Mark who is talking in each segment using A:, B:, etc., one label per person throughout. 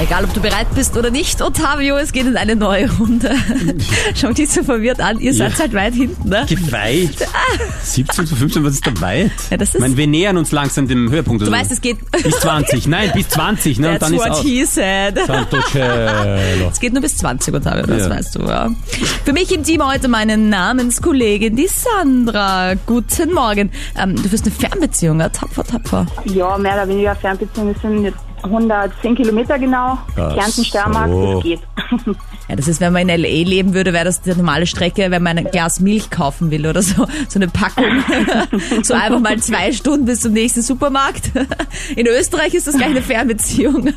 A: Egal, ob du bereit bist oder nicht, Ottavio, es geht in eine neue Runde. Schau dich so verwirrt an, ihr seid
B: Ja.
A: halt weit hinten, ne?
B: Geweiht. 17 zu 15, was ist da weit?
A: Ja, das ist-
B: ich meine, wir nähern uns langsam dem Höhepunkt.
A: Du weißt, es geht.
B: bis 20, nein, bis 20, ne? Und
A: That's
B: dann ist
A: what
B: aus.
A: he said.
B: Santo Cielo.
A: Es geht nur bis 20 Ottavio, das
B: Ja.
A: weißt du, ja. Für mich im Team heute meine Namenskollegin, die Sandra. Guten Morgen. Ähm, du führst eine Fernbeziehung, ja? Tapfer, tapfer.
C: Ja, mehr oder weniger Fernbeziehungen sind jetzt 110 Kilometer genau.
B: Ach
C: Kärnten, Steiermark,
B: so.
C: das geht.
A: Ja, das ist, wenn man in L.A. leben würde, wäre das die normale Strecke, wenn man ein Glas Milch kaufen will oder so. So eine Packung. so einfach mal zwei Stunden bis zum nächsten Supermarkt. In Österreich ist das gleich eine Fernbeziehung.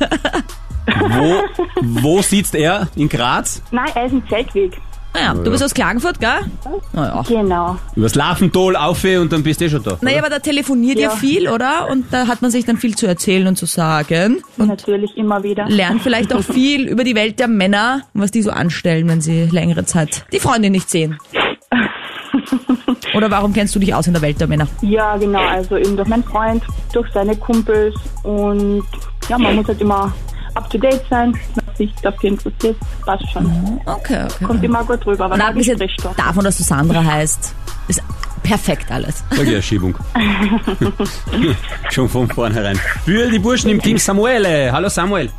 B: Wo, wo sitzt er? In Graz?
C: Nein, Eisenfeldweg.
A: Naja, du bist aus Klagenfurt, gell? Naja.
C: Genau.
B: Übers Lafental auf und dann bist du eh schon da.
A: Naja,
B: oder?
A: aber da telefoniert ihr
C: Ja.
A: viel, oder? Und da hat man sich dann viel zu erzählen und zu sagen. Und
C: Natürlich immer wieder.
A: lernt vielleicht auch viel über die Welt der Männer und was die so anstellen, wenn sie längere Zeit die Freundin nicht sehen. Oder warum kennst du dich aus in der Welt der Männer?
C: Ja, genau. Also eben durch meinen Freund, durch seine Kumpels und ja, man muss halt immer up to date sein, wenn sich dafür interessiert. Passt schon.
A: Mhm. Okay, okay.
C: Kommt immer gut rüber, aber
A: Und
C: dann
A: abgesehen
C: spricht doch.
A: davon, dass du Sandra heißt, ist perfekt alles.
B: Da geht Schiebung. schon von vornherein. Für die Burschen im Team Samuele. Hallo Samuel.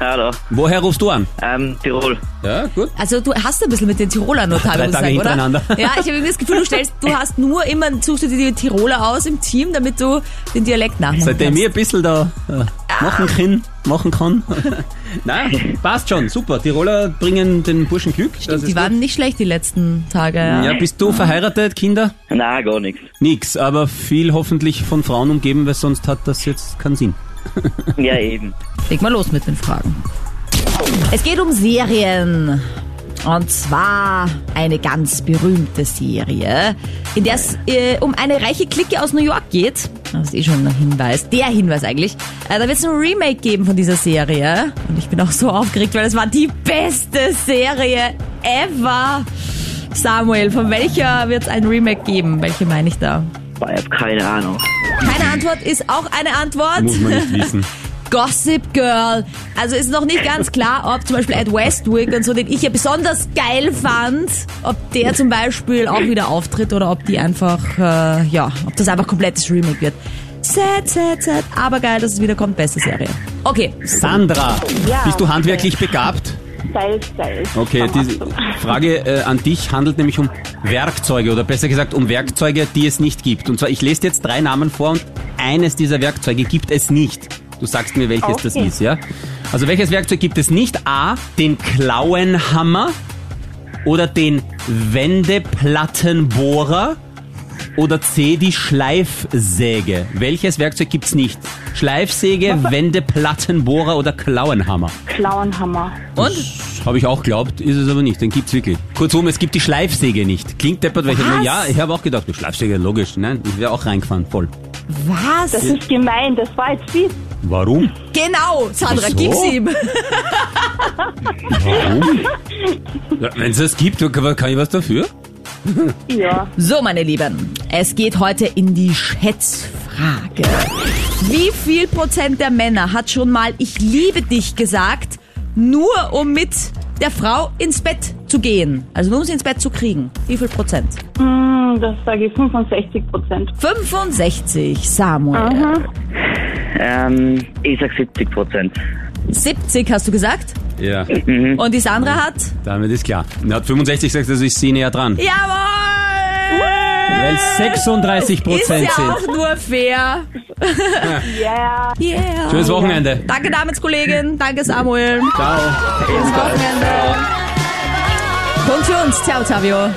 D: Hallo,
B: Woher rufst du an?
D: ähm, Tirol.
B: Ja, gut.
A: Also du hast ein bisschen mit den Tirolern
B: Drei
A: Notabio
B: Tage
A: sagen, oder?
B: hintereinander.
A: Ja, ich habe irgendwie das Gefühl, du stellst, du hast nur immer, suchst du dir die Tiroler aus im Team, damit du den Dialekt nachmachen
B: Seitdem
A: kannst.
B: ich ein bisschen da
A: Ah.
B: äh, machen kann, machen kann. Nein, passt schon, super. Tiroler bringen den Burschen Glück. das ist
A: Die waren nicht schlecht die letzten Tage. Ja.
B: gut. ja, bist du verheiratet, Kinder?
D: Na, gar nichts.
B: Nix, aber viel hoffentlich von Frauen umgeben, weil sonst hat das jetzt keinen Sinn.
D: Ja, eben.
A: Leg mal los mit den Fragen. Es geht um Serien. Und zwar eine ganz berühmte Serie, in der es äh, um eine reiche Clique aus New York geht. Das ist eh schon ein Hinweis, der Hinweis eigentlich. Äh, da wird es ein Remake geben von dieser Serie. Und ich bin auch so aufgeregt, weil es war die beste Serie ever. Samuel, von welcher wird es ein Remake geben? Welche meine ich da?
D: Boah, ich hab keine Ahnung.
A: Keine Antwort ist auch eine Antwort.
B: Muss man nicht wissen.
A: Gossip Girl. Also ist noch nicht ganz klar, ob zum Beispiel Ed Westwick und so, den ich ja besonders geil fand, ob der zum Beispiel auch wieder auftritt oder ob die einfach, äh, ja, ob das einfach komplettes Remake wird. Sad, sad, sad. Aber geil, dass es wiederkommt. Beste Serie. Okay.
B: Sandra,
C: Ja.
B: bist du handwerklich begabt?
C: Teils, teils.
B: Okay,
C: Kann man
B: die
C: so.
B: Frage äh, an dich handelt nämlich um Werkzeuge oder besser gesagt um Werkzeuge, die es nicht gibt. Und zwar, ich lese dir jetzt drei Namen vor und eines dieser Werkzeuge gibt es nicht. Du sagst mir, welches das
C: Okay.
B: ist, ja? Also welches Werkzeug gibt es nicht? A, den Klauenhammer oder den Wendeplattenbohrer oder C, die Schleifsäge. Welches Werkzeug gibt's nicht? Schleifsäge, Wendeplattenbohrer oder Klauenhammer?
C: Klauenhammer.
A: Und?
B: Habe ich auch glaubt, ist es aber nicht, den gibt's wirklich. Kurzum, es gibt die Schleifsäge nicht. Klingt deppert, weil ich
A: Was?
B: hab- ja, ich habe auch gedacht, die Schleifsäge, logisch. Nein, ich wäre auch reingefahren, voll.
A: Was?
C: Das ist gemein, das war jetzt fies.
B: Warum?
A: Genau, Sandra,
B: So?
A: gib's ihm.
B: Warum? Wenn es das gibt, kann kann ich was dafür?
C: Ja.
A: So, meine Lieben, es geht heute in die Schätzfrage. Wie viel Prozent der Männer hat schon mal Ich liebe dich gesagt, nur um mit der Frau ins Bett zu gehen? Also nur um sie ins Bett zu kriegen. Wie viel Prozent?
C: Hm, Das sage ich 65 Prozent.
A: 65, Samuel.
D: Ähm, ich sag 70 Prozent.
A: 70 hast du gesagt.
B: Ja,
A: Und die Sandra hat?
B: damit ist klar. Er hat 65 gesagt, also ich sehe näher dran.
A: Äh, Jawohl!
B: Weil 36
A: Ist
B: Prozent
A: ja
B: sind.
A: auch nur fair.
C: Yeah.
A: Yeah.
B: Schönes Wochenende.
A: Danke, Namenskollegin. Danke, Samuel.
B: Ciao.
A: Punkt für uns. Ciao, Tavio.